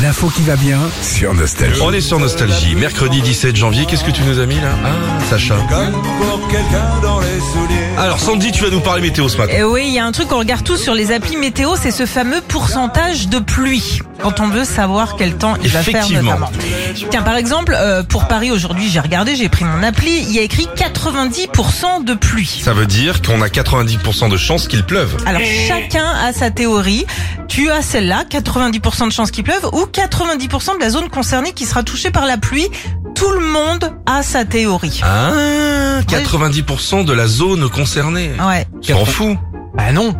L'info qui va bien sur Nostalgie. On est sur Nostalgie. Mercredi 17 janvier, qu'est-ce que tu nous as mis là Ah, Sacha. Alors Sandy, tu vas nous parler météo ce matin. Eh oui, il y a un truc qu'on regarde tous sur les applis météo, c'est ce fameux pourcentage de pluie. Quand on veut savoir quel temps il va faire Effectivement. notamment. Tiens, par exemple, euh, pour Paris aujourd'hui, j'ai regardé, j'ai pris mon appli, il y a écrit 90% de pluie. Ça veut dire qu'on a 90% de chances qu'il pleuve. Alors chacun a sa théorie. Tu as celle-là, 90% de chances qu'il pleuve, ou 90% de la zone concernée qui sera touchée par la pluie. Tout le monde a sa théorie. Ah, 90% de la zone concernée. Ouais. Je m'en fous. Ah non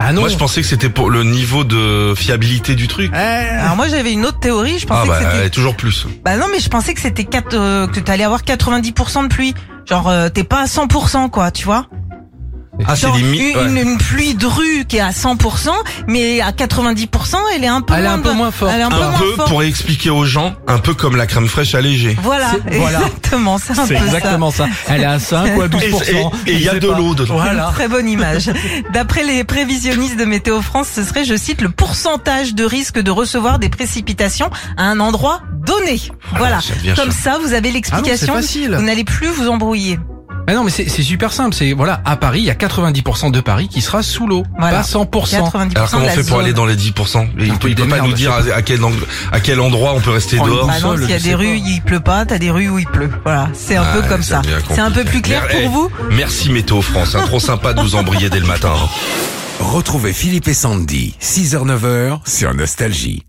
Ah non Moi je pensais que c'était pour le niveau de fiabilité du truc. Eh, Alors moi j'avais une autre théorie, Ah, je pensais Ah bah que c'était euh, toujours plus. Bah non, mais je pensais que c'était 4, euh, que t'allais avoir 90% de pluie. Genre, euh, t'es pas à 100%, quoi, tu vois. Ah c'est Genre, limite. une, ouais. une- une pluie de rue qui est à 100%, mais à 90%, elle est un peu Elle est moins un peu bonne. moins forte. Elle est un peu Un moins peu forte. pour expliquer aux gens, un peu comme la crème fraîche allégée. Voilà, C'est- voilà. exactement, c'est un C'est peu ça. exactement Ah, ça. Elle est à 5 ou à 12 Et- et- et il y a Je sais de pas. l'eau dedans. Voilà. Très bonne image. D'après les prévisionnistes de Météo France, ce serait, je cite, le pourcentage de risque de recevoir des précipitations à un endroit donné. Ah Voilà. ça devient Comme chaud. ça, vous avez l'explication. facile. vous n'allez plus vous embrouiller. Mais non, mais c'est c'est super simple. C'est voilà, à Paris, il y a 90% de Paris qui sera sous l'eau, Voilà. pas 100%. 90% Alors comment de on la fait pour zone. aller dans les 10% Il Putain, peut, il peut pas démerde, nous dire à, à quel angle- à quel endroit on peut rester Prends une dehors. Bah non, sol, s'il y a je des sais rues, pas. il pleut pas, t'as des rues où il pleut. Voilà, c'est un peu Ouais, comme ça. Ah, devient C'est un peu compliqué. plus clair Eh, pour vous Merci Météo France, hein, trop sympa de vous embrayer dès le matin. hein. Retrouvez Philippe et Sandy, 6h-9h sur Nostalgie.